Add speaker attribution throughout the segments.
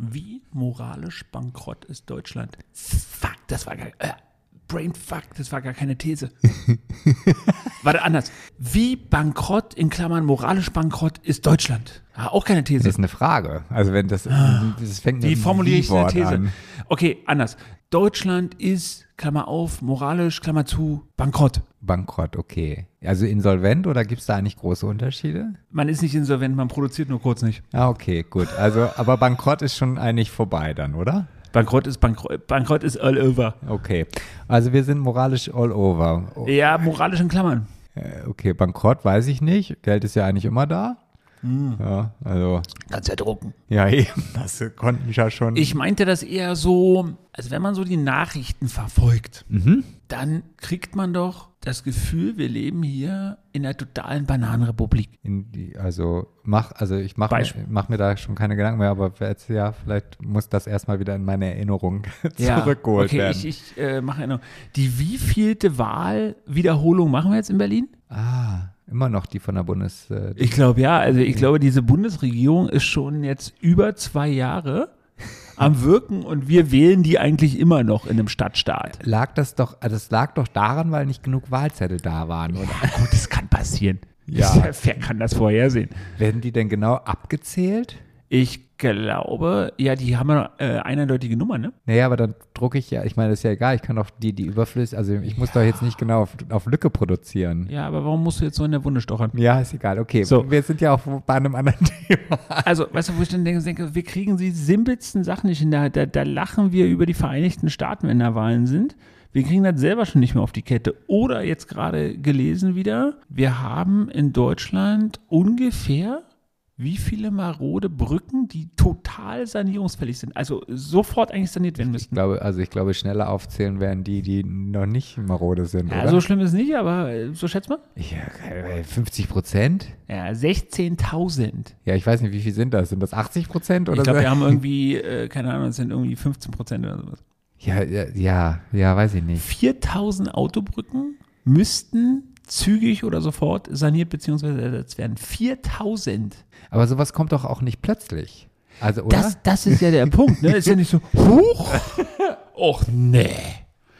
Speaker 1: Wie moralisch bankrott ist Deutschland? Fuck, das war gar äh, Brainfuck, das war gar keine These. Warte, anders. Wie bankrott, in Klammern moralisch bankrott, ist Deutschland? Ah, auch keine These.
Speaker 2: Das ist eine Frage. Also wenn das, das fängt
Speaker 1: Wie
Speaker 2: mit einem
Speaker 1: formuliere ich eine
Speaker 2: Wie-Wort
Speaker 1: These?
Speaker 2: an.
Speaker 1: Okay, anders. Deutschland ist, Klammer auf, moralisch, Klammer zu, bankrott.
Speaker 2: Bankrott, okay. Also insolvent oder gibt es da nicht große Unterschiede?
Speaker 1: Man ist nicht insolvent, man produziert nur kurz nicht.
Speaker 2: Ah, okay, gut. Also, aber Bankrott ist schon eigentlich vorbei dann, oder?
Speaker 1: Bankrott ist bankrott, bankrott ist all over.
Speaker 2: Okay. Also wir sind moralisch all over. O-
Speaker 1: Ja, moralisch in Klammern.
Speaker 2: äh, Okay, Bankrott weiß ich nicht. Geld ist ja eigentlich immer da.
Speaker 1: Hm.
Speaker 2: Ja, also,
Speaker 1: Kannst ja drucken.
Speaker 2: ja eben, das konnten ich ja schon.
Speaker 1: Ich meinte das eher so, also wenn man so die Nachrichten verfolgt, dann kriegt man doch das Gefühl, wir leben hier in einer totalen Bananenrepublik.
Speaker 2: in die, also mach, also ich mache
Speaker 1: Beisp-
Speaker 2: mir, mach mir da schon keine Gedanken mehr, aber jetzt, ja, vielleicht muss das erstmal wieder in meine Erinnerung zurückgeholt
Speaker 1: okay,
Speaker 2: werden.
Speaker 1: Ich, ich äh, mache eine. Die wievielte Wahlwiederholung machen wir jetzt in Berlin?
Speaker 2: ah, immer noch die von der Bundes. Äh,
Speaker 1: Ich glaube ja. Also ich glaube, diese Bundesregierung ist schon jetzt über zwei Jahre am Wirken und wir wählen die eigentlich immer noch in einem Stadtstaat.
Speaker 2: lag das doch, also das lag doch daran, weil nicht genug Wahlzettel da waren, oder?
Speaker 1: Ja, gut, das kann passieren.
Speaker 2: Ja.
Speaker 1: Wer kann das vorhersehen?
Speaker 2: Werden die denn genau abgezählt?
Speaker 1: Ich glaube, ja, die haben ja äh, eindeutige Nummer, ne?
Speaker 2: Naja, aber dann drucke ich ja, ich meine, das ist ja egal, ich kann doch die, die überflüssig, also ich muss doch jetzt nicht genau auf, auf Lücke produzieren.
Speaker 1: Ja, aber warum musst du jetzt so in der Wunde stochern?
Speaker 2: Ja, ist egal, okay.
Speaker 1: So.
Speaker 2: Wir sind ja auch bei einem anderen Thema.
Speaker 1: Also, weißt du, wo ich dann denke, denke wir kriegen die simpelsten Sachen nicht hin. Da, da, da lachen wir über die Vereinigten Staaten, wenn da Wahlen sind. Wir kriegen das selber schon nicht mehr auf die Kette. Oder jetzt gerade gelesen wieder, wir haben in Deutschland ungefähr wie viele marode Brücken, die total sanierungsfällig sind. Also sofort eigentlich saniert werden
Speaker 2: Ich
Speaker 1: müssten.
Speaker 2: glaube, also ich glaube, schneller aufzählen werden die, die noch nicht marode sind,
Speaker 1: Ja,
Speaker 2: oder?
Speaker 1: so schlimm ist nicht, aber äh, so schätzt man.
Speaker 2: ja, äh, 50 Prozent?
Speaker 1: Ja, 16.000.
Speaker 2: Ja, ich weiß nicht, wie viel sind das? Sind das 80 Prozent oder
Speaker 1: Ich glaube,
Speaker 2: so?
Speaker 1: wir haben irgendwie, äh, keine Ahnung, es sind irgendwie 15 Prozent oder sowas.
Speaker 2: Ja, ja, ja, ja, weiß ich nicht.
Speaker 1: 4000 Autobrücken müssten zügig oder sofort saniert bzw. ersetzt werden. 4000.
Speaker 2: Aber sowas kommt doch auch nicht plötzlich. Also, oder?
Speaker 1: Das, das ist ja der Punkt. Ne? Ist ja nicht so, huch, och nee.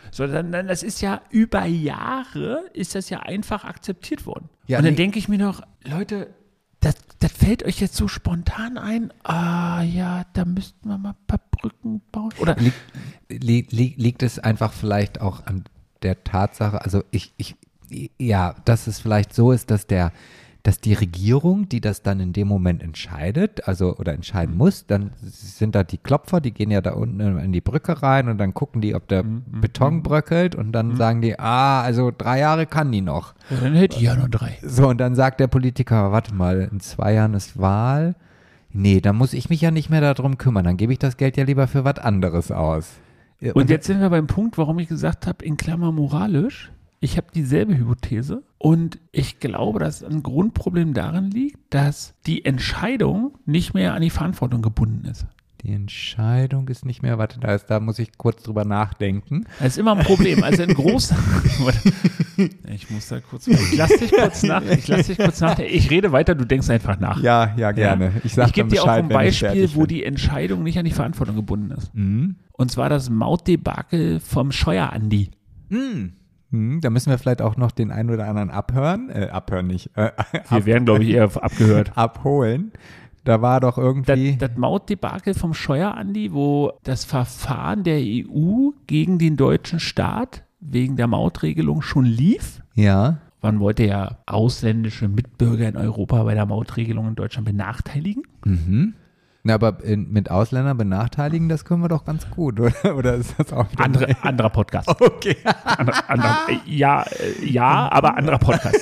Speaker 1: Sondern dann- das ist ja über Jahre ist das ja einfach akzeptiert worden.
Speaker 2: Ja,
Speaker 1: Und dann
Speaker 2: nee.
Speaker 1: denke ich mir doch, Leute, das, das fällt euch jetzt so spontan ein, ah ja, da müssten wir mal ein paar Brücken bauen. Oder
Speaker 2: Liegt, li, li, liegt es einfach vielleicht auch an der Tatsache, also ich, ich, ja, dass es vielleicht so ist, dass der, dass die Regierung, die das dann in dem Moment entscheidet, also oder entscheiden muss, dann sind da die Klopfer, die gehen ja da unten in in die Brücke rein und dann gucken die, ob der Beton bröckelt und dann sagen die, ah, also drei Jahre kann die noch.
Speaker 1: oder dann hätte ich ja nur drei.
Speaker 2: So, und dann sagt der Politiker, warte mal, in zwei Jahren ist Wahl. Nee, dann muss ich mich ja nicht mehr darum kümmern. Dann gebe ich das Geld ja lieber für was anderes aus. Äh,
Speaker 1: Und jetzt sind wir beim Punkt, warum ich gesagt habe, in Klammer moralisch. Ich habe dieselbe Hypothese und ich glaube, dass ein Grundproblem darin liegt, dass die Entscheidung nicht mehr an die Verantwortung gebunden ist.
Speaker 2: die Entscheidung ist nicht mehr, warte, da, ist, da muss ich kurz drüber nachdenken.
Speaker 1: Das ist immer ein Problem. Also ein großer. ich muss da kurz. Ich lass dich kurz nach. Ich lass dich kurz nach. Ich rede weiter. Du denkst einfach nach.
Speaker 2: Ja, ja, gerne. Ich sag
Speaker 1: gebe
Speaker 2: dann
Speaker 1: dir auch
Speaker 2: Bescheid,
Speaker 1: ein
Speaker 2: wenn ich
Speaker 1: Beispiel,
Speaker 2: fertig
Speaker 1: wo
Speaker 2: bin.
Speaker 1: die Entscheidung nicht an die Verantwortung gebunden ist. Und zwar das Mautdebakel vom Scheuer-Andi.
Speaker 2: Hm, da müssen wir vielleicht auch noch den einen oder anderen abhören. Äh, abhören nicht. Äh, ab,
Speaker 1: Wir werden, glaube ich, eher abgehört.
Speaker 2: abholen. Da war doch
Speaker 1: Das,
Speaker 2: irgendwie.
Speaker 1: das Mautdebakel vom Scheuer, Andi, wo das Verfahren der EU gegen den deutschen Staat wegen der Mautregelung schon lief.
Speaker 2: ja.
Speaker 1: Man wollte ja ausländische Mitbürger in Europa bei der Mautregelung in Deutschland benachteiligen.
Speaker 2: Na, aber in, mit Ausländern benachteiligen, das können wir doch ganz gut, oder? Oder ist das auch wieder-
Speaker 1: Andere, anderer Podcast.
Speaker 2: Okay.
Speaker 1: Ander, ander, äh, ja, äh, ja, aber anderer Podcast.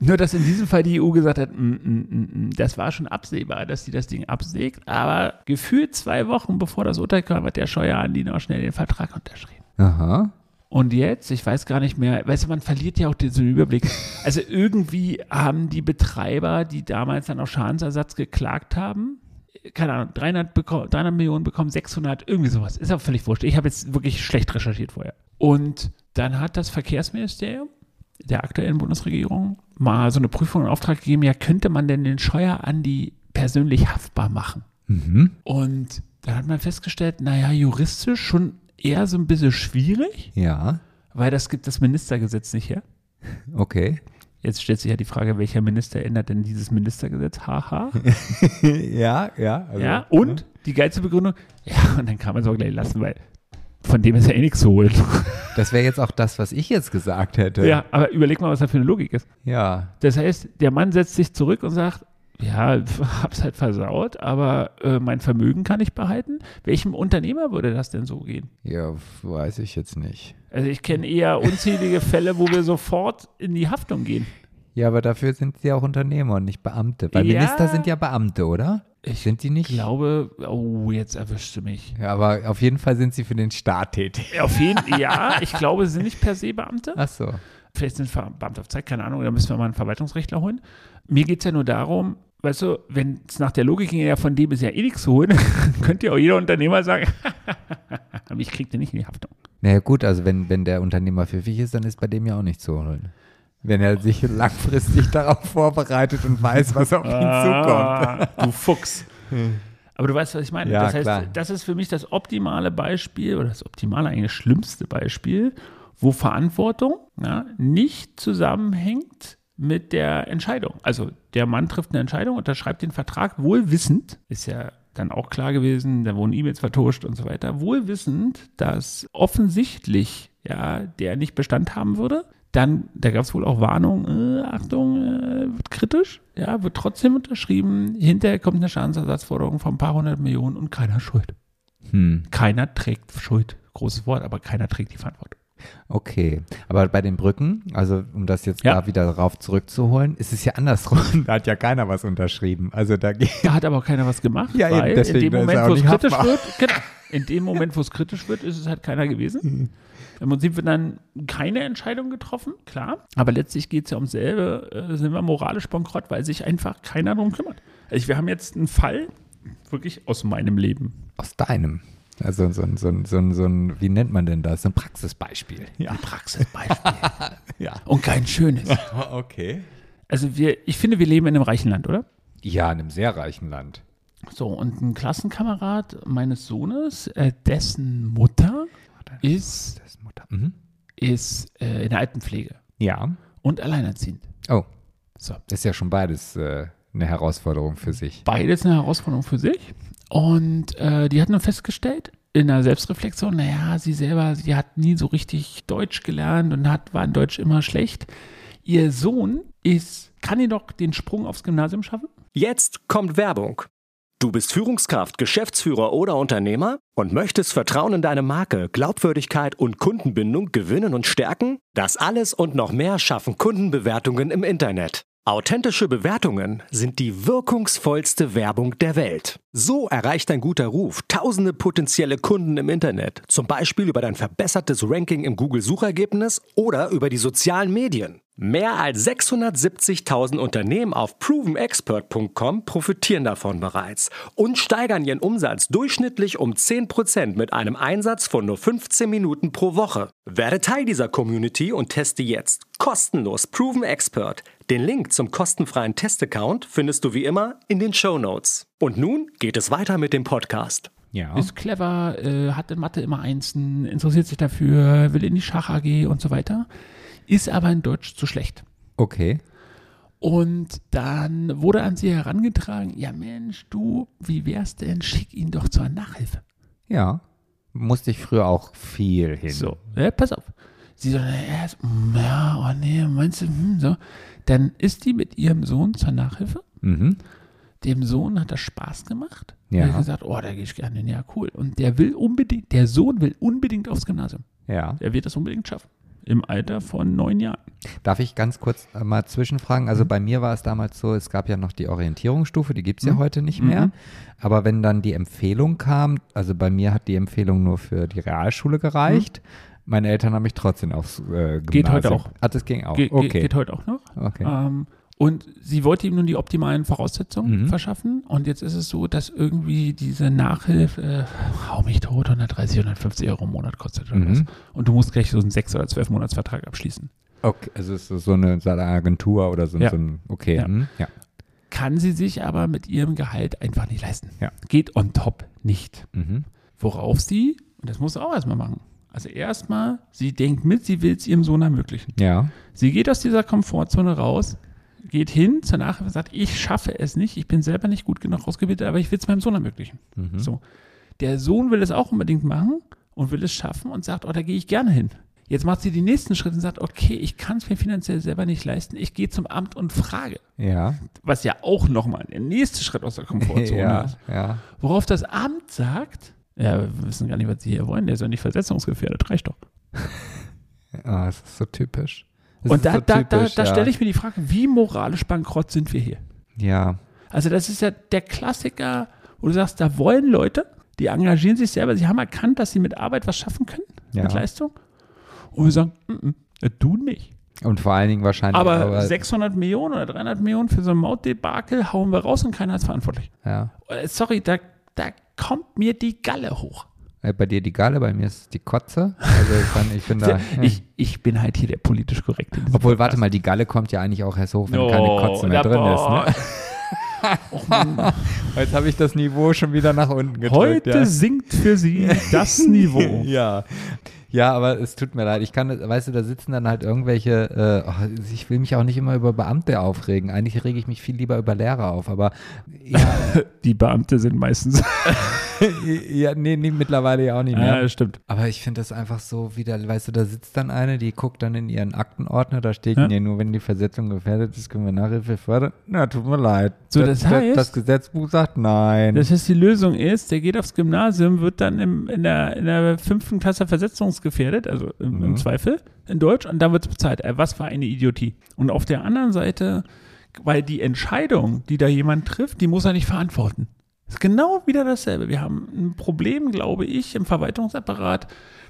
Speaker 1: Nur, dass in diesem Fall die EU gesagt hat, "Mm, mm, mm, mm, das war schon absehbar, dass sie das Ding absägt, aber gefühlt zwei Wochen bevor das Urteil kam, hat der Scheuer Andi noch schnell den Vertrag unterschrieben.
Speaker 2: Aha.
Speaker 1: Und jetzt, ich weiß gar nicht mehr, weißt du, man verliert ja auch diesen Überblick. Also irgendwie haben die Betreiber, die damals dann auf Schadensersatz geklagt haben, keine Ahnung, 300, bekommen, 300 Millionen bekommen, 600, irgendwie sowas. Ist auch völlig wurscht. Ich habe jetzt wirklich schlecht recherchiert vorher. Und dann hat das Verkehrsministerium der aktuellen Bundesregierung mal so eine Prüfung in Auftrag gegeben, ja, könnte man denn den Scheuer an die persönlich haftbar machen?
Speaker 2: Mhm.
Speaker 1: Und dann hat man festgestellt, naja, juristisch schon eher so ein bisschen schwierig,
Speaker 2: Ja,
Speaker 1: weil das gibt das Ministergesetz nicht her.
Speaker 2: okay.
Speaker 1: Jetzt stellt sich ja die Frage, welcher Minister ändert denn dieses Ministergesetz? Haha.
Speaker 2: ja, ja. also,
Speaker 1: ja, und die geilste Begründung, ja, und dann kann man es auch gleich lassen, weil von dem ist ja eh nichts zu holen.
Speaker 2: Das wäre jetzt auch das, was ich jetzt gesagt hätte.
Speaker 1: Ja, aber überleg mal, was da für eine Logik ist.
Speaker 2: Ja,
Speaker 1: Das heißt, der Mann setzt sich zurück und sagt, ja, pf, hab's halt versaut, aber äh, mein Vermögen kann ich behalten. Welchem Unternehmer würde das denn so gehen?
Speaker 2: ja f- weiß ich jetzt nicht.
Speaker 1: Also ich kenne eher unzählige Fälle, wo wir sofort in die Haftung gehen.
Speaker 2: Ja, aber dafür sind sie ja auch Unternehmer und nicht Beamte. Weil
Speaker 1: Ja.
Speaker 2: Minister sind ja Beamte, oder?
Speaker 1: Ich
Speaker 2: sind die nicht?
Speaker 1: Ich glaube, oh, jetzt erwischst du mich.
Speaker 2: Ja, aber auf jeden Fall sind sie für den Staat tätig.
Speaker 1: Auf jeden Fall, ja, ich glaube, sie sind nicht per se Beamte.
Speaker 2: Ach so.
Speaker 1: Vielleicht sind Ver- Beamte auf Zeit, keine Ahnung, da müssen wir mal einen Verwaltungsrechtler holen. Mir geht es ja nur darum, weißt du, wenn es nach der Logik ginge, ja, von dem ist ja eh nichts zu holen, könnte ja auch jeder Unternehmer sagen, aber ich krieg den nicht in die Haftung.
Speaker 2: Naja, gut, also wenn, wenn der Unternehmer pfiffig ist, dann ist bei dem ja auch nichts zu holen. Wenn er sich langfristig darauf vorbereitet und weiß, was auf ihn
Speaker 1: Ah.
Speaker 2: zukommt.
Speaker 1: du Fuchs. Aber du weißt, was ich meine.
Speaker 2: Ja,
Speaker 1: das heißt,
Speaker 2: klar.
Speaker 1: das ist für mich das optimale Beispiel oder das optimale, eigentlich schlimmste Beispiel, wo Verantwortung ja, nicht zusammenhängt mit der Entscheidung. Also der Mann trifft eine Entscheidung, unterschreibt den Vertrag wohl wissend, ist ja dann auch klar gewesen, da wurden E-Mails vertuscht und so weiter, wohl wissend, dass offensichtlich ja, der nicht Bestand haben würde. Dann, da gab es wohl auch Warnung, äh, Achtung, äh, wird kritisch, ja, wird trotzdem unterschrieben. Hinterher kommt eine Schadensersatzforderung von ein paar hundert Millionen und keiner schuld.
Speaker 2: Hm,
Speaker 1: Keiner trägt Schuld. Großes Wort, aber keiner trägt die Verantwortung.
Speaker 2: okay. Aber bei den Brücken, also um das jetzt
Speaker 1: Ja.
Speaker 2: da wieder drauf zurückzuholen, ist es ja andersrum. Da hat ja keiner was unterschrieben. Also da geht
Speaker 1: Da hat aber auch keiner was gemacht,
Speaker 2: Ja, eben,
Speaker 1: weil
Speaker 2: deswegen
Speaker 1: in dem
Speaker 2: ist er
Speaker 1: Moment,
Speaker 2: auch
Speaker 1: wo es
Speaker 2: nicht
Speaker 1: kritisch
Speaker 2: haftbar.
Speaker 1: wird, genau, in dem Moment, wo es kritisch wird, ist es halt keiner
Speaker 2: Hm.
Speaker 1: gewesen. Im Prinzip wird dann keine Entscheidung getroffen, klar. Aber letztlich geht es ja ums selbe, äh, sind wir moralisch bankrott, weil sich einfach keiner drum kümmert. Also wir haben jetzt einen Fall wirklich aus meinem Leben.
Speaker 2: aus deinem. Also so ein, so ein, so ein, so ein wie nennt man denn das? So ein Praxisbeispiel. Ja.
Speaker 1: Ein Praxisbeispiel.
Speaker 2: Ja.
Speaker 1: Und kein schönes.
Speaker 2: Ah, Okay.
Speaker 1: Also wir, ich finde, wir leben in einem reichen Land, oder?
Speaker 2: Ja, in einem sehr reichen Land.
Speaker 1: So, und ein Klassenkamerad meines Sohnes, äh, dessen Mutter ist,
Speaker 2: Das ist Mutter. Mhm.
Speaker 1: ist äh, in der Altenpflege
Speaker 2: Ja.
Speaker 1: und alleinerziehend.
Speaker 2: Oh,
Speaker 1: So,
Speaker 2: das ist ja schon beides äh, eine Herausforderung für sich.
Speaker 1: beides eine Herausforderung für sich. Und äh, die hat nun festgestellt, in der Selbstreflexion, naja, sie selber, sie hat nie so richtig Deutsch gelernt und hat, war in Deutsch immer schlecht. Ihr Sohn ist, kann jedoch den Sprung aufs Gymnasium schaffen.
Speaker 3: Jetzt kommt Werbung. Du bist Führungskraft, Geschäftsführer oder Unternehmer und möchtest Vertrauen in deine Marke, Glaubwürdigkeit und Kundenbindung gewinnen und stärken? Das alles und noch mehr schaffen Kundenbewertungen im Internet. Authentische Bewertungen sind die wirkungsvollste Werbung der Welt. So erreicht dein guter Ruf tausende potenzielle Kunden im Internet, zum Beispiel über dein verbessertes Ranking im Google-Suchergebnis oder über die sozialen Medien. Mehr als 670.000 Unternehmen auf provenexpert.com profitieren davon bereits und steigern ihren Umsatz durchschnittlich um 10% mit einem Einsatz von nur 15 Minuten pro Woche. Werde Teil dieser Community und teste jetzt kostenlos Proven Expert. Den Link zum kostenfreien Testaccount findest du wie immer in den Show Notes. Und nun geht es weiter mit dem Podcast.
Speaker 2: Ja.
Speaker 1: Ist clever, äh, hat in Mathe immer Einsen, interessiert sich dafür, will in die Schach AG und so weiter, ist aber in Deutsch zu schlecht.
Speaker 2: Okay.
Speaker 1: Und dann wurde an sie herangetragen, ja Mensch, du, wie wär's denn, schick ihn doch zur Nachhilfe.
Speaker 2: Ja. Musste ich früher auch viel hin.
Speaker 1: So, ja, pass auf. Sie so, na, erst, hm, ja, oh nee, meinst du, hm, so. Dann ist die mit ihrem Sohn zur Nachhilfe.
Speaker 2: Mhm.
Speaker 1: Dem Sohn hat das Spaß gemacht.
Speaker 2: Ja.
Speaker 1: Er hat gesagt, oh, da gehe ich gerne hin, ja, cool. Und der will unbedingt, der Sohn will unbedingt aufs Gymnasium.
Speaker 2: Ja.
Speaker 1: Er wird das unbedingt schaffen. Im Alter von neun Jahren.
Speaker 2: Darf ich ganz kurz äh, mal zwischenfragen?
Speaker 1: Mhm.
Speaker 2: Also bei mir war es damals so, es gab ja noch die Orientierungsstufe, die
Speaker 1: Mhm.
Speaker 2: gibt's ja heute nicht mehr. Aber wenn dann die Empfehlung kam, also bei mir hat die Empfehlung nur für die Realschule gereicht. Meine Eltern haben mich trotzdem aufs äh, Gymnasium.
Speaker 1: Mhm. Geht heute auch.
Speaker 2: Ah, das ging auch.
Speaker 1: Ge
Speaker 2: okay.
Speaker 1: ge geht heute auch noch.
Speaker 2: Okay. Mhm.
Speaker 1: Ähm, und sie wollte ihm nun die optimalen Voraussetzungen verschaffen. Und jetzt ist es so, dass irgendwie diese Nachhilfe, äh, hau mich tot, 130, 150 Euro im Monat kostet oder
Speaker 2: Mhm.
Speaker 1: was. Und du musst gleich so einen 6- oder 12-Monats-Vertrag abschließen.
Speaker 2: okay. Also es ist so eine, so eine Agentur oder so,
Speaker 1: Ja.
Speaker 2: so ein, okay.
Speaker 1: Ja.
Speaker 2: hm, ja.
Speaker 1: kann sie sich aber mit ihrem Gehalt einfach nicht leisten.
Speaker 2: Ja.
Speaker 1: Geht on top nicht.
Speaker 2: Mhm.
Speaker 1: Worauf sie, und das muss sie auch erstmal machen, also erstmal, sie denkt mit, sie will es ihrem Sohn ermöglichen.
Speaker 2: Ja.
Speaker 1: Sie geht aus dieser Komfortzone raus, geht hin zur Nachhilfe und sagt, ich schaffe es nicht, ich bin selber nicht gut genug ausgebildet, aber ich will es meinem Sohn ermöglichen.
Speaker 2: Mhm.
Speaker 1: So. Der Sohn will es auch unbedingt machen und will es schaffen und sagt, oh, da gehe ich gerne hin. Jetzt macht sie die nächsten Schritte und sagt, okay, ich kann es mir finanziell selber nicht leisten, ich gehe zum Amt und frage.
Speaker 2: Ja.
Speaker 1: Was ja auch nochmal der nächste Schritt aus der Komfortzone
Speaker 2: ja.
Speaker 1: ist.
Speaker 2: Ja.
Speaker 1: Worauf das Amt sagt, ja, wir wissen gar nicht, was sie hier wollen, der ist ja nicht versetzungsgefährdet, reicht doch.
Speaker 2: Ah, es ist so typisch. Es
Speaker 1: Und
Speaker 2: ist
Speaker 1: da,
Speaker 2: so
Speaker 1: da, da,
Speaker 2: typisch,
Speaker 1: da
Speaker 2: ja.
Speaker 1: stelle ich mir die Frage, wie moralisch bankrott sind wir hier?
Speaker 2: Ja.
Speaker 1: Also das ist ja der Klassiker, wo du sagst, da wollen Leute, die engagieren sich selber, sie haben erkannt, dass sie mit Arbeit was schaffen können,
Speaker 2: Ja.
Speaker 1: mit Leistung. Und wir sagen, "Mm, mm, äh, du nicht.
Speaker 2: Und vor allen Dingen wahrscheinlich.
Speaker 1: Aber, 600 Millionen oder 300 Millionen für so ein Mautdebakel hauen wir raus und keiner ist verantwortlich.
Speaker 2: ja.
Speaker 1: Äh, Sorry, da, da kommt mir die Galle hoch.
Speaker 2: Äh, Bei dir die Galle, bei mir ist die Kotze. Also ich, kann, ich bin da. hm.
Speaker 1: Ich, ich bin halt hier der politisch korrekte. in diesem
Speaker 2: Obwohl, warte mal, die Galle kommt ja eigentlich auch erst hoch, wenn keine Kotze mehr
Speaker 1: da-
Speaker 2: drin ist. Ne?
Speaker 1: Oh, boah. Och, Mann.
Speaker 2: Jetzt habe ich das Niveau schon wieder nach unten gedrückt.
Speaker 1: Heute
Speaker 2: ja.
Speaker 1: sinkt für sie das Niveau.
Speaker 2: ja. Ja, aber es tut mir leid. Ich kann, weißt du, da sitzen dann halt irgendwelche, äh, oh, ich will mich auch nicht immer über Beamte aufregen. Eigentlich rege ich mich viel lieber über Lehrer auf, aber ja,
Speaker 1: Die Beamte sind meistens.
Speaker 2: Äh, ja nee, nee, mittlerweile ja auch nicht mehr.
Speaker 1: Ja, stimmt.
Speaker 2: Aber ich finde das einfach so wieder, weißt du, da sitzt dann eine, die guckt dann in ihren Aktenordner, da steht,
Speaker 1: Ja.
Speaker 2: nee, nur wenn die Versetzung gefährdet ist, können wir Nachhilfe fördern. Na, tut mir leid.
Speaker 1: So, das heißt-
Speaker 2: das Gesetzbuch sagt nein.
Speaker 1: Das heißt, die Lösung ist, der geht aufs Gymnasium, wird dann im, in, der, in der fünften Klasse versetzungsgefährdet, also im,
Speaker 2: Mhm.
Speaker 1: im Zweifel, in Deutsch, und dann wird es bezahlt. Äh, Was für eine Idiotie. Und auf der anderen Seite, weil die Entscheidung, die da jemand trifft, die muss er nicht verantworten. Ist genau wieder dasselbe. Wir haben ein Problem, glaube ich, im Verwaltungsapparat,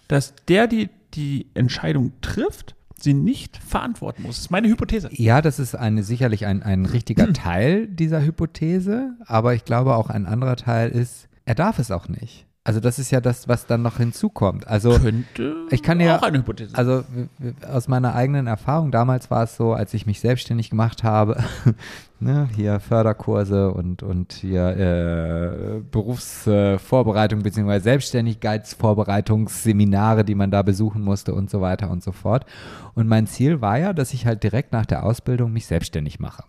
Speaker 1: dass der, die die Entscheidung trifft, sie nicht verantworten muss. Das ist meine Hypothese.
Speaker 2: Ja, das ist eine, sicherlich ein, ein richtiger Teil dieser Hypothese, aber ich glaube auch ein anderer Teil ist, er darf es auch nicht. Also das ist ja das, was dann noch hinzukommt. Also
Speaker 1: Könnte
Speaker 2: ich kann ja-
Speaker 1: auch eine Hypothese sein.
Speaker 2: also w- w- aus meiner eigenen Erfahrung, damals war es so, als ich mich selbstständig gemacht habe, ne, hier Förderkurse und, und hier äh, Berufsvorbereitung bzw. Selbstständigkeitsvorbereitungsseminare, die man da besuchen musste und so weiter und so fort. Und mein Ziel war ja, dass ich halt direkt nach der Ausbildung mich selbstständig mache.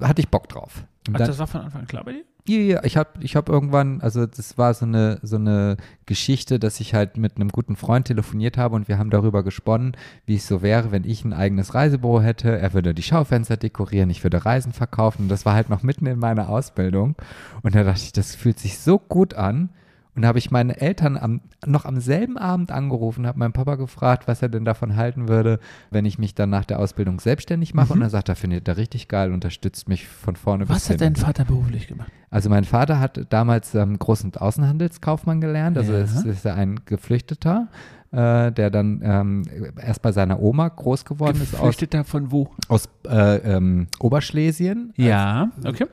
Speaker 2: Hatte ich Bock drauf. Und
Speaker 1: Ach,
Speaker 2: dann-
Speaker 1: das war von Anfang an klar bei dir?
Speaker 2: ja, ja, ich habe ich hab irgendwann, also das war so eine, so eine Geschichte, dass ich halt mit einem guten Freund telefoniert habe und wir haben darüber gesponnen, wie es so wäre, wenn ich ein eigenes Reisebüro hätte. Er würde die Schaufenster dekorieren, ich würde Reisen verkaufen. Und das war halt noch mitten in meiner Ausbildung. Und da dachte ich, das fühlt sich so gut an. Und da habe ich meine Eltern am, noch am selben Abend angerufen, habe meinen Papa gefragt, was er denn davon halten würde, wenn ich mich dann nach der Ausbildung selbstständig mache. Und er sagt, er findet er richtig geil, unterstützt mich von vorne bis
Speaker 1: Mhm. Was hat
Speaker 2: hinten.
Speaker 1: dein Vater beruflich gemacht?
Speaker 2: Also mein Vater hat damals ähm, Groß- und Außenhandelskaufmann gelernt. Also
Speaker 1: Ja.
Speaker 2: es ist ja ein Geflüchteter, äh, der dann ähm, erst bei seiner Oma groß geworden ist aus,
Speaker 1: Geflüchteter von wo?
Speaker 2: aus äh, ähm, Oberschlesien
Speaker 1: Ja, okay.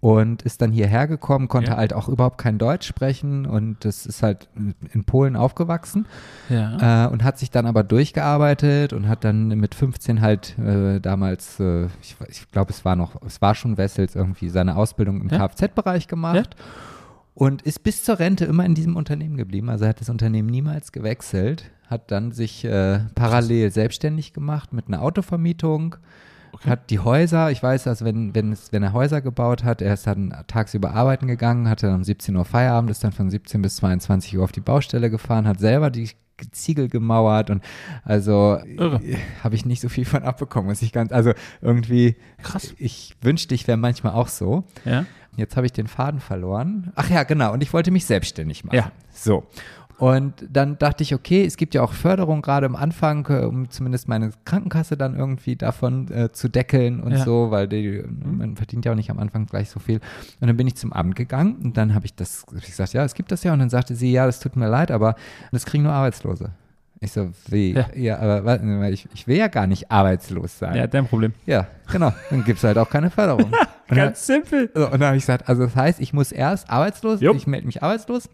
Speaker 2: und ist dann hierher gekommen, konnte
Speaker 1: Ja.
Speaker 2: halt auch überhaupt kein Deutsch sprechen und das ist halt in Polen aufgewachsen.
Speaker 1: Ja.
Speaker 2: Äh, und hat sich dann aber durchgearbeitet und hat dann mit 15 halt äh, damals, äh, ich, we- ich glaube, es war noch, es war schon Wessels irgendwie, seine Ausbildung im
Speaker 1: Ja.
Speaker 2: Kfz-Bereich gemacht und ist bis zur Rente immer in diesem Unternehmen geblieben. Also hat das Unternehmen niemals gewechselt, hat dann sich äh, parallel selbstständig gemacht mit einer Autovermietung. Hat die Häuser, ich weiß, also wenn, wenn, es, wenn er Häuser gebaut hat, er ist dann tagsüber arbeiten gegangen, hat dann um 17 Uhr Feierabend, ist dann von 17 bis 22 Uhr auf die Baustelle gefahren, hat selber die Ziegel gemauert und also
Speaker 1: Irre.
Speaker 2: äh, habe ich nicht so viel von abbekommen, muss ich ganz, also irgendwie,
Speaker 1: Krass.
Speaker 2: ich wünschte, ich wäre manchmal auch so.
Speaker 1: Ja.
Speaker 2: Jetzt habe ich den Faden verloren. Ach ja, genau. Und ich wollte mich selbstständig machen.
Speaker 1: Ja.
Speaker 2: So. Und dann dachte ich, okay, es gibt ja auch Förderung gerade am Anfang, äh, um zumindest meine Krankenkasse dann irgendwie davon äh, zu deckeln und
Speaker 1: Ja. Mhm.
Speaker 2: so, weil die, man verdient ja auch nicht am Anfang gleich so viel. Und dann bin ich zum Amt gegangen und dann habe ich das, hab ich gesagt, ja, es gibt das ja. Und dann sagte sie, ja, das tut mir leid, aber das kriegen nur Arbeitslose. Ich so, wie? Ja,
Speaker 1: Ja.
Speaker 2: aber warte, ich, ich will ja gar nicht arbeitslos sein.
Speaker 1: Ja, dein Problem.
Speaker 2: Ja, genau. Dann gibt's halt auch keine Förderung. Und dann-
Speaker 1: Ganz simpel.
Speaker 2: so, und dann habe ich gesagt, also das heißt, ich muss erst arbeitslos,
Speaker 1: Jupp.
Speaker 2: ich melde mich arbeitslos,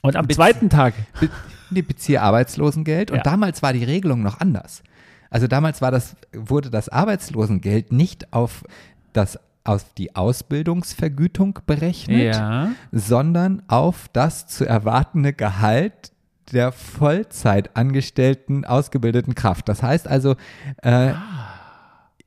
Speaker 1: Und am zweiten Tag.
Speaker 2: be nee, beziehe Arbeitslosengeld. Und
Speaker 1: Ja.
Speaker 2: damals war die Regelung noch anders. Also damals war das, wurde das Arbeitslosengeld nicht auf das auf die Ausbildungsvergütung berechnet,
Speaker 1: Ja.
Speaker 2: sondern auf das zu erwartende Gehalt der Vollzeitangestellten ausgebildeten Kraft. Das heißt also, äh,
Speaker 1: Ah.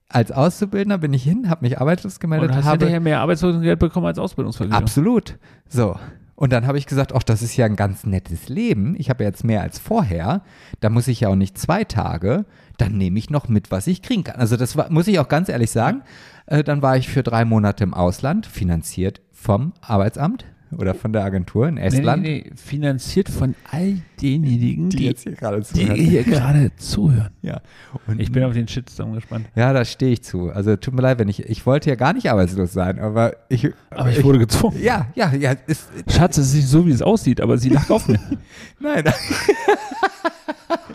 Speaker 2: als Auszubildender bin ich hin, habe mich arbeitslos gemeldet,
Speaker 1: Und hast
Speaker 2: habe
Speaker 1: hinterher mehr Arbeitslosengeld bekommen als Ausbildungsvergütung.
Speaker 2: Absolut. So. Und dann habe ich gesagt, ach, das ist ja ein ganz nettes Leben. Ich habe ja jetzt mehr als vorher. Da muss ich ja auch nicht zwei Tage. Dann nehme ich noch mit, was ich kriegen kann. Also das war, muss ich auch ganz ehrlich sagen. Äh, dann war ich für drei Monate im Ausland, finanziert vom Arbeitsamt oder von der Agentur in
Speaker 1: Nee,
Speaker 2: Estland.
Speaker 1: nee, nee, finanziert von all denjenigen, die,
Speaker 2: Die jetzt hier gerade
Speaker 1: die
Speaker 2: zuhören.
Speaker 1: hier gerade zuhören.
Speaker 2: Ja. Und
Speaker 1: Ich bin auf den Shitstorm gespannt.
Speaker 2: ja, da stehe ich zu. Also tut mir leid, wenn ich, ich wollte ja gar nicht arbeitslos sein, aber ich.
Speaker 1: Aber ich wurde gezwungen.
Speaker 2: ja, ja, ja, ist,
Speaker 1: Schatz, es ist nicht so, wie es aussieht, aber sie lacht auf mir.
Speaker 2: Nein. da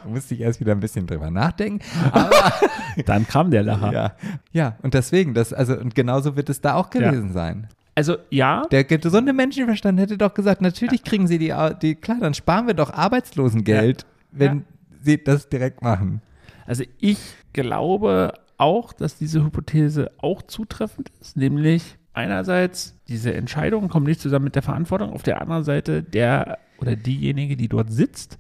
Speaker 2: musste ich erst wieder ein bisschen drüber nachdenken.
Speaker 1: Dann kam der Lacher.
Speaker 2: Ja. ja, und deswegen, das, also, und genauso wird es da auch gewesen sein.
Speaker 1: Also ja,
Speaker 2: Der gesunde Menschenverstand hätte doch gesagt, natürlich kriegen sie die, Au- die, klar, dann sparen wir doch Arbeitslosengeld, wenn sie das direkt machen.
Speaker 1: also ich glaube auch, dass diese Hypothese auch zutreffend ist, nämlich einerseits diese Entscheidungen kommen nicht zusammen mit der Verantwortung, auf der anderen Seite der oder diejenige, die dort sitzt,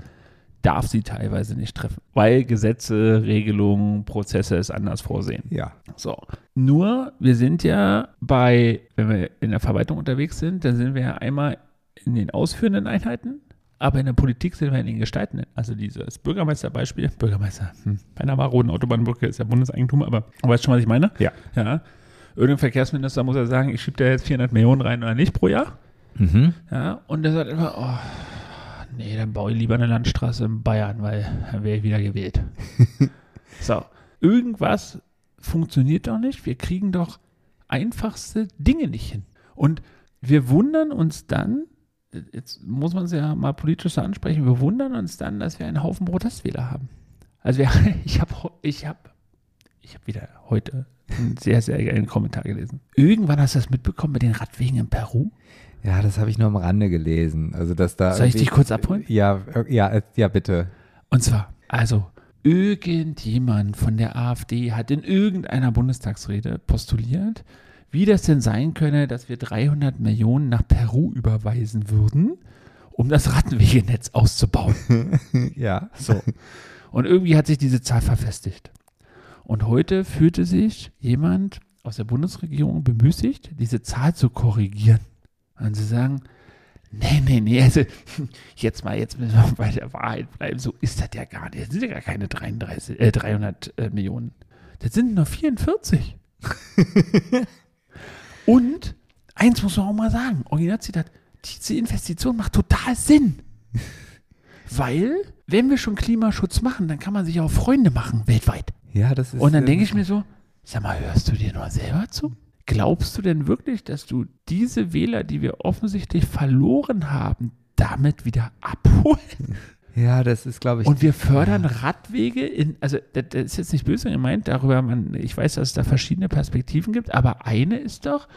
Speaker 1: darf sie teilweise nicht treffen, weil Gesetze, Regelungen, Prozesse es anders vorsehen.
Speaker 2: Ja.
Speaker 1: So. Nur, wir sind ja bei, wenn wir in der Verwaltung unterwegs sind, dann sind wir ja einmal in den ausführenden Einheiten, aber in der Politik sind wir in den gestaltenden. Also dieses Bürgermeisterbeispiel, Bürgermeister, hm, bei einer maroden Autobahnbrücke ist ja Bundeseigentum, aber du weißt schon, was ich meine?
Speaker 2: Ja.
Speaker 1: Ja. Irgendein Verkehrsminister muss ja sagen, ich schiebe da jetzt 400 Millionen rein oder nicht pro Jahr.
Speaker 2: Mhm.
Speaker 1: Ja, und der sagt immer, oh, nee, dann baue ich lieber eine Landstraße in Bayern, weil dann wäre ich wieder gewählt. so, irgendwas funktioniert doch nicht. Wir kriegen doch einfachste Dinge nicht hin. Und wir wundern uns dann, jetzt muss man es ja mal politisch so ansprechen, wir wundern uns dann, dass wir einen Haufen Protestwähler haben. Also wir, ich habe ich hab, ich hab wieder heute einen sehr, sehr geilen Kommentar gelesen. Irgendwann hast du das mitbekommen mit den Radwegen in Peru?
Speaker 2: Ja, das habe ich nur am Rande gelesen. Also, dass da.
Speaker 1: Soll ich
Speaker 2: irgendwie-
Speaker 1: dich kurz abholen?
Speaker 2: Ja, äh, ja, äh, ja, bitte.
Speaker 1: Und zwar, also, irgendjemand von der AfD hat in irgendeiner Bundestagsrede postuliert, wie das denn sein könne, dass wir 300 Millionen nach Peru überweisen würden, um das Radwegenetz auszubauen.
Speaker 2: Ja.
Speaker 1: So. Und irgendwie hat sich diese Zahl verfestigt. Und heute fühlte sich jemand aus der Bundesregierung bemüßigt, diese Zahl zu korrigieren. Und sie sagen, nee, nee, nee, also jetzt mal, jetzt müssen wir bei der Wahrheit bleiben. So ist das ja gar nicht. Das sind ja gar keine 33, äh, 300 äh, Millionen. Das sind nur 44. Und eins muss man auch mal sagen, Originalzitat, diese Investition macht total Sinn. Weil, wenn wir schon Klimaschutz machen, dann kann man sich auch Freunde machen weltweit.
Speaker 2: Ja, das ist.
Speaker 1: Und dann
Speaker 2: äh,
Speaker 1: denke ich mir so, sag mal, hörst du dir nur selber zu? Glaubst du denn wirklich, dass du diese Wähler, die wir offensichtlich verloren haben, damit wieder abholen?
Speaker 2: Ja, das ist, glaube ich.
Speaker 1: Und wir fördern Radwege in, also das, das ist jetzt nicht böse gemeint, darüber, man, ich weiß, dass es da verschiedene Perspektiven gibt, aber eine ist doch,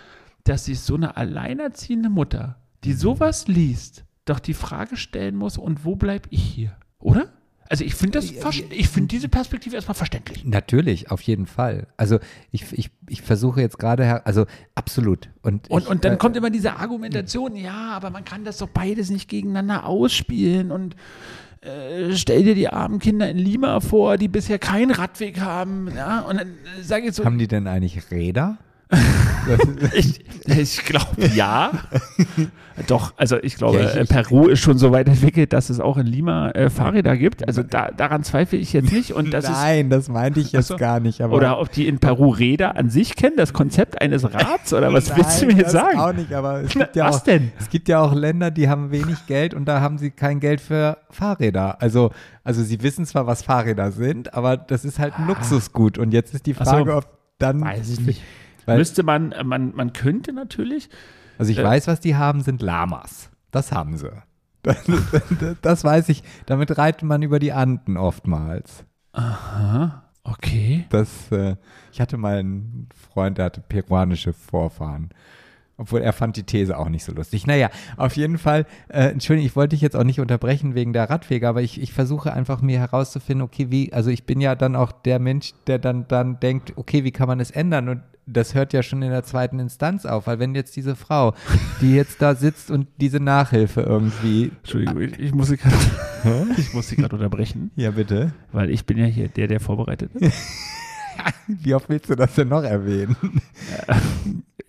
Speaker 1: dass sich so eine alleinerziehende Mutter, die sowas liest, doch die Frage stellen muss, und wo bleib ich hier? Oder? Also ich finde das, verst- ich finde diese Perspektive erstmal verständlich.
Speaker 2: Natürlich, auf jeden Fall. Also ich, ich, ich versuche jetzt gerade, her- also absolut. Und,
Speaker 1: Und,
Speaker 2: ich,
Speaker 1: und dann
Speaker 2: äh,
Speaker 1: kommt immer diese Argumentation, ja, aber man kann das doch beides nicht gegeneinander ausspielen. Und äh, stell dir die armen Kinder in Lima vor, die bisher keinen Radweg haben. Ja? Und dann äh, sage ich so,
Speaker 2: haben die denn eigentlich Räder?
Speaker 1: ich, ich glaube ja. doch, also ich glaube,
Speaker 2: Ja, ich-
Speaker 1: äh, Peru ist schon so weit entwickelt, dass es auch in Lima äh, Fahrräder gibt. Also da, daran zweifle ich jetzt nicht. Und das ist
Speaker 2: Nein, das meinte ich jetzt
Speaker 1: Ach so.
Speaker 2: gar nicht. Aber
Speaker 1: Oder ob die in Peru Räder an sich kennen, das Konzept eines Rads oder was
Speaker 2: Nein,
Speaker 1: willst du mir jetzt
Speaker 2: das
Speaker 1: sagen?
Speaker 2: Auch nicht, aber es gibt ja
Speaker 1: Was
Speaker 2: auch,
Speaker 1: denn?
Speaker 2: Es gibt ja auch Länder, die haben wenig Geld und da haben sie kein Geld für Fahrräder. Also, also sie wissen zwar, was Fahrräder sind, aber das ist halt ein Luxusgut. Und jetzt ist die
Speaker 1: Ah. Ach so.
Speaker 2: Frage, ob dann.
Speaker 1: Weiß ich nicht.
Speaker 2: Weil-
Speaker 1: Müsste man, äh, man, man könnte natürlich,
Speaker 2: Also ich weiß, was die haben, sind Lamas. Das haben sie. Das, das weiß ich. Damit reitet man über die Anden oftmals.
Speaker 1: okay,
Speaker 2: Das, äh, ich hatte mal einen Freund, der hatte peruanische Vorfahren. Obwohl er fand die These auch nicht so lustig. Naja, auf jeden Fall, äh, Entschuldigung, ich wollte dich jetzt auch nicht unterbrechen wegen der Radwege, aber ich, ich versuche einfach mir herauszufinden, okay, wie, also ich bin ja dann auch der Mensch, der dann, dann denkt, okay, wie kann man es ändern? Und das hört ja schon in der zweiten Instanz auf, weil wenn jetzt diese Frau, die jetzt da sitzt und diese Nachhilfe irgendwie.
Speaker 1: Entschuldigung, ich, ich muss sie gerade ich muss sie gerade unterbrechen,
Speaker 2: Ja, bitte.
Speaker 1: weil ich bin ja hier der, der vorbereitet ist.
Speaker 2: Wie oft willst du das denn noch erwähnen?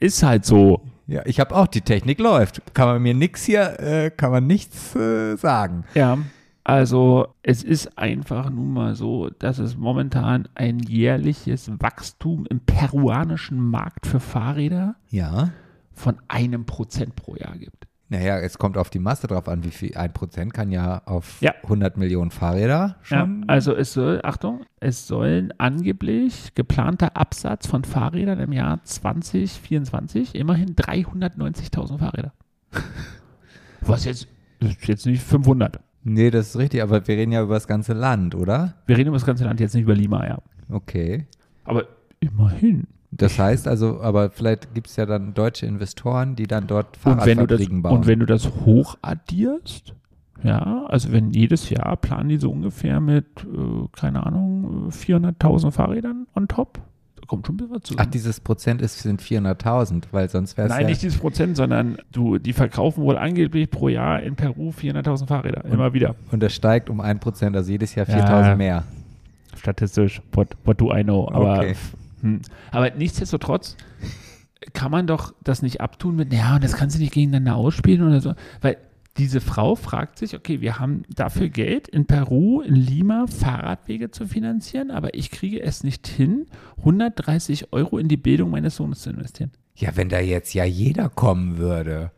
Speaker 1: Ist halt so.
Speaker 2: Ja, ich habe auch, die Technik läuft. Kann man mir nichts hier, äh, kann man nichts äh, sagen.
Speaker 1: Ja. Also es ist einfach nun mal so, dass es momentan ein jährliches Wachstum im peruanischen Markt für Fahrräder
Speaker 2: Ja.
Speaker 1: von einem Prozent pro Jahr gibt.
Speaker 2: Naja, es kommt auf die Masse drauf an, wie viel. Ein Prozent kann ja auf
Speaker 1: Ja.
Speaker 2: 100 Millionen Fahrräder
Speaker 1: Ja,
Speaker 2: schon.
Speaker 1: also es soll, Achtung, es sollen angeblich geplanter Absatz von Fahrrädern im Jahr 2024 immerhin 390.000 Fahrräder. Was jetzt, das ist jetzt nicht 500.
Speaker 2: Nee, das ist richtig, aber wir reden ja über das ganze Land, oder?
Speaker 1: Wir reden über das ganze Land, jetzt nicht über Lima, ja.
Speaker 2: Okay.
Speaker 1: Aber immerhin.
Speaker 2: Das heißt also, aber vielleicht gibt es ja dann deutsche Investoren, die dann dort
Speaker 1: Und wenn, du das,
Speaker 2: Fahrradfabriken bauen.
Speaker 1: und wenn du das hochaddierst, ja, also wenn jedes Jahr planen die so ungefähr mit, äh, keine Ahnung, äh, 400.000 Fahrrädern on top, da kommt schon ein bisschen was
Speaker 2: Ach,
Speaker 1: zusammen.
Speaker 2: dieses Prozent ist, sind 400.000, weil sonst wäre es
Speaker 1: Nein,
Speaker 2: ja,
Speaker 1: nicht dieses Prozent, sondern du, die verkaufen wohl angeblich pro Jahr in Peru 400.000 Fahrräder, immer wieder.
Speaker 2: Und das steigt um 1%, also jedes Jahr
Speaker 1: Ja.
Speaker 2: 4.000 mehr.
Speaker 1: Statistisch, what, what do I know? Aber,
Speaker 2: Okay.
Speaker 1: hm, aber nichtsdestotrotz kann man doch das nicht abtun mit, ja, und das kannst du nicht gegeneinander ausspielen oder so. Weil diese Frau fragt sich, okay, wir haben dafür Geld in Peru, in Lima Fahrradwege zu finanzieren, aber ich kriege es nicht hin, 130 Euro in die Bildung meines Sohnes zu investieren.
Speaker 2: Ja, wenn da jetzt ja jeder kommen würde,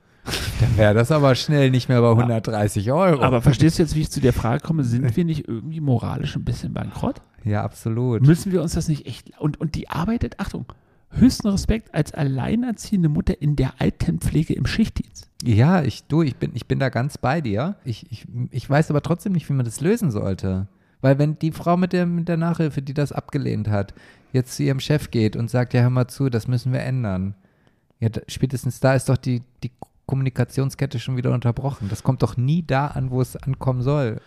Speaker 2: dann wäre das aber schnell nicht mehr bei 130 Euro.
Speaker 1: Aber verstehst du jetzt, wie ich zu der Frage komme, sind wir nicht irgendwie moralisch ein bisschen bankrott?
Speaker 2: ja, absolut.
Speaker 1: Müssen wir uns das nicht echt. Und, und die arbeitet, Achtung, höchsten Respekt als alleinerziehende Mutter in der Altenpflege im Schichtdienst.
Speaker 2: Ja, ich du, ich bin, ich bin da ganz bei dir. Ich, ich, ich weiß aber trotzdem nicht, wie man das lösen sollte. Weil wenn die Frau mit der, mit der Nachhilfe, die das abgelehnt hat, jetzt zu ihrem Chef geht und sagt, ja, hör mal zu, das müssen wir ändern. Ja, da, spätestens da ist doch die, die Kommunikationskette schon wieder unterbrochen. Das kommt doch nie da an, wo es ankommen soll.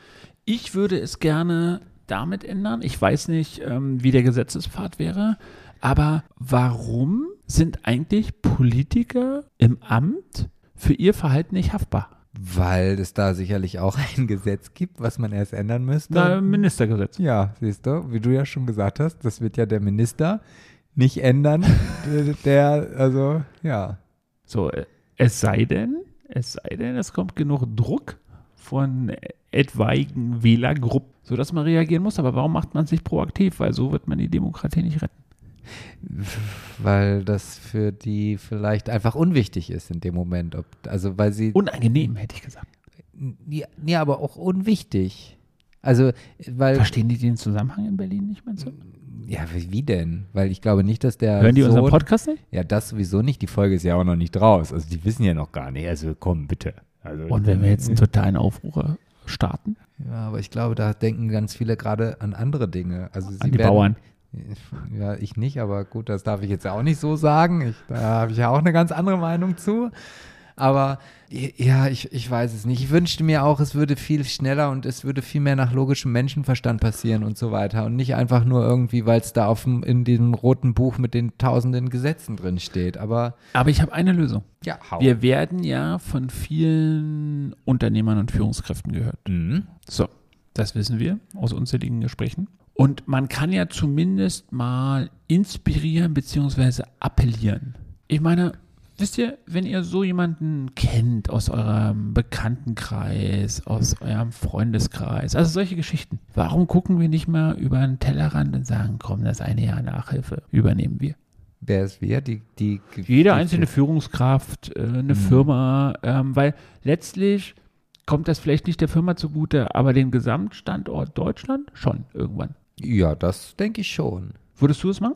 Speaker 1: Ich würde es gerne damit ändern. Ich weiß nicht, ähm, wie der Gesetzespfad wäre, aber warum sind eigentlich Politiker im Amt für ihr Verhalten nicht haftbar?
Speaker 2: Weil es da sicherlich auch ein Gesetz gibt, was man erst ändern müsste.
Speaker 1: Na, Ministergesetz.
Speaker 2: Ja, siehst du, wie du ja schon gesagt hast, das wird ja der Minister nicht ändern. der, der, also, ja.
Speaker 1: So, äh, es sei denn, es sei denn, es kommt genug Druck von äh, etwaigen Wählergruppen, sodass man reagieren muss. Aber warum macht man es nicht proaktiv? Weil so wird man die Demokratie nicht retten.
Speaker 2: Weil das für die vielleicht einfach unwichtig ist in dem Moment. Ob, also, weil sie.
Speaker 1: Unangenehm, hätte ich gesagt.
Speaker 2: ja, nee, aber auch unwichtig. Also, weil.
Speaker 1: Verstehen die den Zusammenhang in Berlin nicht, meinst du?
Speaker 2: Äh, Ja, wie wie denn? Weil ich glaube nicht, dass der.
Speaker 1: Hören die unseren
Speaker 2: Sohn-
Speaker 1: Podcast nicht?
Speaker 2: Ja, das sowieso nicht. Die Folge ist ja auch noch nicht raus. Also, die wissen ja noch gar nicht. Also, komm, bitte. Also,
Speaker 1: Und wenn wir jetzt einen totalen Aufruhr starten,
Speaker 2: ja, aber ich glaube, da denken ganz viele gerade an andere Dinge. Also, sie
Speaker 1: an die
Speaker 2: werden,
Speaker 1: Bauern.
Speaker 2: Ja, ich nicht, aber gut, das darf ich jetzt auch nicht so sagen. Ich, da habe ich ja auch eine ganz andere Meinung zu. Aber ja, ich, ich weiß es nicht. Ich wünschte mir auch, es würde viel schneller und es würde viel mehr nach logischem Menschenverstand passieren und so weiter. Und nicht einfach nur irgendwie, weil es da auf dem, in diesem roten Buch mit den tausenden Gesetzen drin steht. Aber
Speaker 1: Aber ich habe eine Lösung.
Speaker 2: ja, hau.
Speaker 1: Wir werden ja von vielen Unternehmern und Führungskräften gehört.
Speaker 2: Mhm.
Speaker 1: So, das wissen wir aus unzähligen Gesprächen. Und man kann ja zumindest mal inspirieren bzw. appellieren. Ich meine, wisst ihr, wenn ihr so jemanden kennt aus eurem Bekanntenkreis, aus eurem Freundeskreis, also solche Geschichten, warum gucken wir nicht mal über den Tellerrand und sagen, komm, das eine Jahr Nachhilfe übernehmen wir?
Speaker 2: Wer ist wer? Die, die,
Speaker 1: Jede
Speaker 2: die,
Speaker 1: einzelne Führungskraft, äh, eine Firma, ähm, weil letztlich kommt das vielleicht nicht der Firma zugute, aber dem Gesamtstandort Deutschland schon irgendwann.
Speaker 2: Ja, das denke ich schon.
Speaker 1: Würdest du es machen,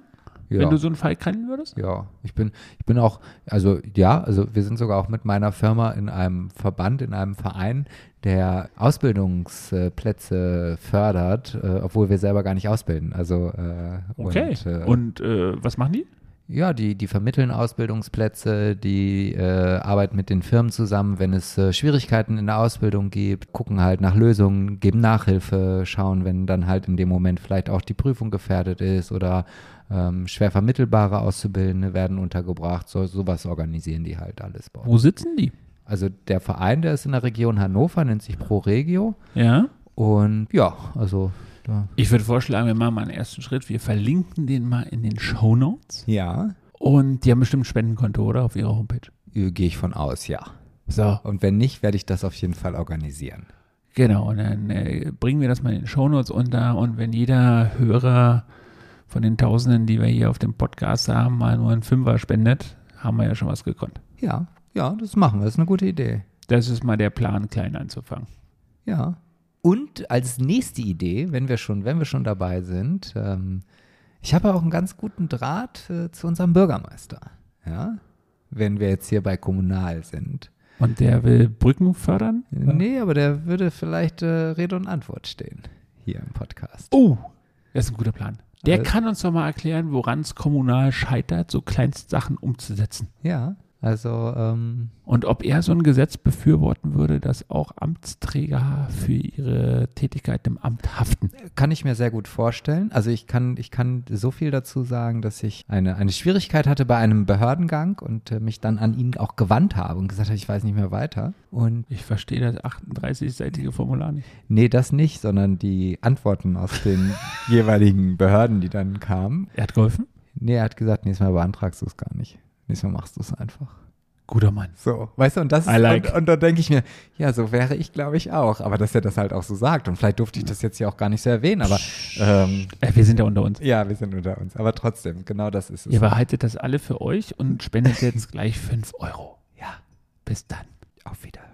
Speaker 2: Ja.
Speaker 1: wenn du so einen Fall kennen würdest?
Speaker 2: Ja, ich bin, ich bin auch, also ja, also wir sind sogar auch mit meiner Firma in einem Verband, in einem Verein, der Ausbildungsplätze fördert, äh, obwohl wir selber gar nicht ausbilden. Also äh,
Speaker 1: Okay.
Speaker 2: und, äh,
Speaker 1: Und, äh, was machen die?
Speaker 2: Ja, die, die vermitteln Ausbildungsplätze, die äh, arbeiten mit den Firmen zusammen, wenn es äh, Schwierigkeiten in der Ausbildung gibt, gucken halt nach Lösungen, geben Nachhilfe, schauen, wenn dann halt in dem Moment vielleicht auch die Prüfung gefährdet ist oder ähm, schwer vermittelbare Auszubildende werden untergebracht. So, sowas organisieren die halt alles bei uns.
Speaker 1: Wo sitzen die?
Speaker 2: Also der Verein, der ist in der Region Hannover, nennt sich Pro Regio.
Speaker 1: Ja.
Speaker 2: Und ja, also da.
Speaker 1: Ich würde vorschlagen, wir machen mal einen ersten Schritt. Wir verlinken den mal in den Show Notes.
Speaker 2: Ja.
Speaker 1: Und die haben bestimmt ein Spendenkonto, oder? Auf ihrer Homepage.
Speaker 2: Gehe ich von aus, ja.
Speaker 1: So,
Speaker 2: Und wenn nicht, werde ich das auf jeden Fall organisieren.
Speaker 1: genau. Und dann äh, bringen wir das mal in den Show Notes unter. Und wenn jeder Hörer von den Tausenden, die wir hier auf dem Podcast haben, mal nur einen Fünfer spendet, haben wir ja schon was gekonnt.
Speaker 2: Ja, ja, das machen wir. Das ist eine gute Idee.
Speaker 1: Das ist mal der Plan, klein anzufangen.
Speaker 2: Ja. Und als nächste Idee, wenn wir schon, wenn wir schon dabei sind, ähm, ich habe auch einen ganz guten Draht äh, zu unserem Bürgermeister. Ja. Wenn wir jetzt hier bei kommunal sind.
Speaker 1: Und der will Brücken fördern?
Speaker 2: Nee, aber der würde vielleicht äh, Rede und Antwort stehen hier im Podcast.
Speaker 1: Oh, das ist ein guter Plan. Der
Speaker 2: Aber-
Speaker 1: kann uns doch mal erklären, woran es kommunal scheitert, so Kleinstsachen umzusetzen.
Speaker 2: Ja, also ähm,
Speaker 1: Und ob er so ein Gesetz befürworten würde, dass auch Amtsträger für ihre Tätigkeit im Amt haften.
Speaker 2: kann ich mir sehr gut vorstellen. Also ich kann, ich kann so viel dazu sagen, dass ich eine, eine Schwierigkeit hatte bei einem Behördengang und äh, mich dann an ihn auch gewandt habe und gesagt habe, ich weiß nicht mehr weiter. Und
Speaker 1: Ich verstehe das 38-seitige Formular nicht.
Speaker 2: nee, das nicht, sondern die Antworten aus den jeweiligen Behörden, die dann kamen.
Speaker 1: Er hat geholfen?
Speaker 2: Nee, er hat gesagt, nächstes Mal beantragst du es gar nicht. Nächstes Mal machst du es einfach.
Speaker 1: Guter Mann.
Speaker 2: So, weißt du, und das
Speaker 1: I like.
Speaker 2: und, und dann denke ich mir, ja, so wäre ich, glaube ich, auch. Aber dass er das halt auch so sagt. Und vielleicht durfte ich das jetzt hier auch gar nicht so erwähnen, aber ähm,
Speaker 1: Äh, wir sind ja unter uns.
Speaker 2: ja, wir sind unter uns. Aber trotzdem, genau das ist es.
Speaker 1: Ihr behaltet das alle für euch und spendet jetzt gleich 5 Euro.
Speaker 2: Ja,
Speaker 1: Bis dann.
Speaker 2: auf Wiedersehen.